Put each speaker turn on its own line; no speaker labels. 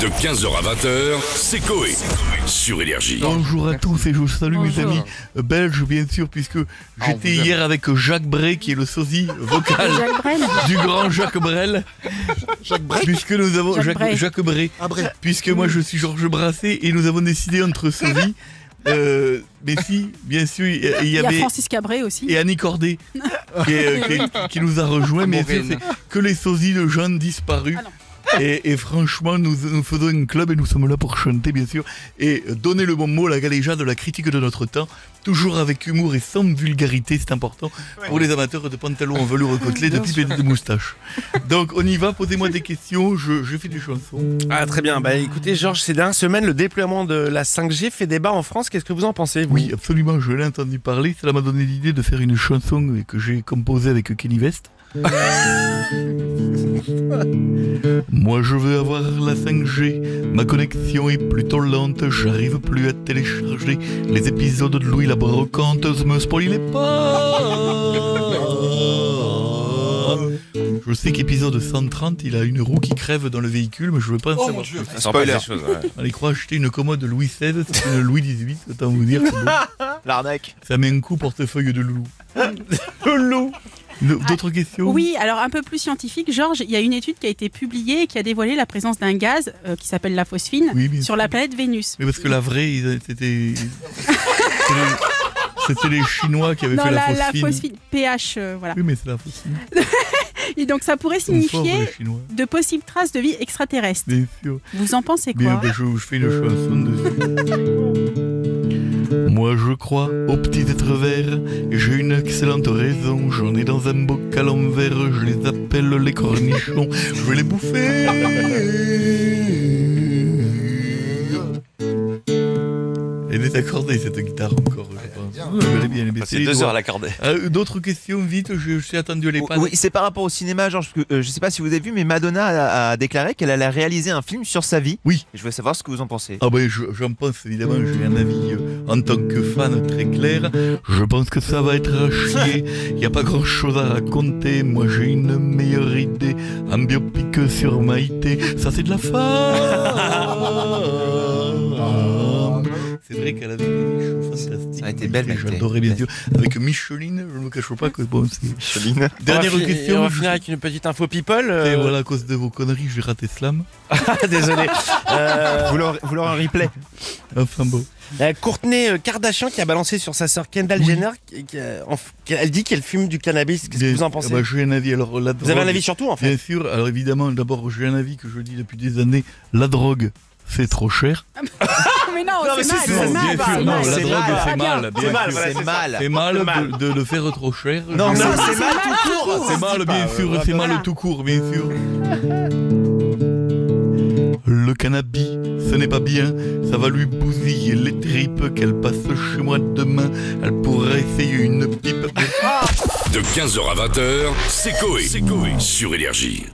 De 15h à 20h, c'est Coé. Sur Énergie.
Bonjour à tous et je salue mes
Bonjour. Oh,
amis euh, belges, bien sûr, puisque j'étais hier avec Jacques Bray, qui est le sosie vocal du grand Jacques Brel. Jacques Bray Puisque nous avons
Jacques
Jacques,
Bray.
Jacques Bray. Puisque moi je suis Georges Brassé et nous avons décidé entre sosies. Euh, mais si, bien sûr, il y- il y
Il y a
avait
Francis Cabré aussi.
et Annie Cordet qui, est- euh, qui est- qui nous a rejoint. Mais c'est c'est que les sosies de gens disparus.
Ah non.
et, et franchement, nous, nous faisons un club et nous sommes là pour chanter, bien sûr, et donner le bon mot à la galéja de la critique de notre temps, toujours avec humour et sans vulgarité, c'est important pour les amateurs de pantalons en velours côtelé, de pipes et de moustaches. Donc, on y va, posez-moi des questions, je, je fais des chansons.
Ah très bien, bah écoutez Georges, ces dernières semaines, le déploiement de la 5G fait débat en France, qu'est-ce que vous en pensez vous
Oui, absolument, je l'ai entendu parler, cela m'a donné l'idée de faire une chanson que j'ai composée avec Kenny West. Moi je veux avoir la 5G, ma connexion est plutôt lente, j'arrive plus à télécharger les épisodes de Louis la brocanteuse, me spoilez pas Je sais qu'épisode 130, il a une roue qui crève dans le véhicule, mais je veux pas en savoir plus.
Ça sort pas des choses, ouais.
Allez croire acheter une commode Louis XVI, c'est une Louis XVIII, autant vous dire que bon,
L'arnaque.
ça met un coup portefeuille de loulou. Le loup D'autres questions
Ah, Oui, alors un peu plus scientifique, Georges, il y a une étude qui a été publiée et qui a dévoilé la présence d'un gaz euh, qui s'appelle la phosphine
Oui, bien
sur la planète Vénus.
Mais parce que la vraie, ils- c'était. c'était- C'était les Chinois qui avaient
Non,
fait la,
la, la
phosphine.
phosphine, pH, euh, voilà.
Oui, mais c'est la phosphine.
Et donc ça pourrait
Ils sont forts,
signifier
les Chinois.
de possibles traces de vie extraterrestre.
Bien sûr.
Vous en pensez
Bien,
quoi
ben, je, je fais une chanson dessus. Moi je crois aux petits êtres verts, j'ai une excellente raison, j'en ai dans un bocal en verre, je les appelle les cornichons, je vais les bouffer. Elle est accordée cette guitare encore, je pense. Elle est bien, elle est bien.
Ah, C'est deux heures à l'accorder.
Euh, D'autres questions vite, je, je suis attendu à les
Oui, c'est par rapport au cinéma, Georges. parce que, euh, je sais pas si vous avez vu, mais Madonna a, a déclaré qu'elle allait réaliser un film sur sa vie.
Oui.
Et je voulais savoir ce que vous en pensez.
Ah ben je- j'en pense évidemment, j'ai un avis euh, en tant que fan très clair. Je pense que ça va être à chier. Il a pas grand chose à raconter. Moi j'ai une meilleure idée. Un biopic sur Maïté. Ça c'est de la femme. C'est vrai qu'elle avait des cheveux fantastiques.
Ça a été belle,
Maïté,
Maïté.
J'adorais bien
Belle.
sûr. Avec Micheline, je ne me cache pas que bon c'est...
Cheline.
Dernière
On va fi-
question.
On va
je-
finir avec une petite info people.
Et
euh,
voilà, à cause de vos conneries, j'ai raté Slam.
Désolé. Euh,
Ah, Vous l'aurez vous l'aurez en replay.
Enfin bon.
la Courtenay euh, Kardashian qui a balancé sur sa sœur Kendall
Oui.
Jenner, qui- qui a- en- qui- elle dit qu'elle fume du cannabis. Qu'est-ce que
Bien-
vous en
Ah
pensez
bah, J'ai un avis. Alors, la
Vous avez un
drogue-
avis sur tout en fait
Bien sûr, alors évidemment, d'abord, j'ai un avis que je dis depuis des années, la drogue, c'est trop cher.
Ah, Mais non,
Non, mais
c'est
Ah,
si,
mal,
si, si,
c'est mal,
bien sûr,
c'est
non,
mal.
la
c'est
drogue,
mal.
c'est
Ah, bien.
mal, bien
C'est mal,
sûr.
voilà,
C'est mal.
C'est mal,
C'est mal.
de, de le faire trop cher.
Non,
Je-
non,
c'est
c'est mal tout court.
c'est euh, mal, bien sûr, c'est
voilà.
mal tout court, bien sûr. Le cannabis, ce n'est pas bien, ça va lui bousiller les tripes qu'elle passe chez moi demain. Elle pourrait essayer une pipe.
De 15h à 20h, c'est Coé. Sur Énergie.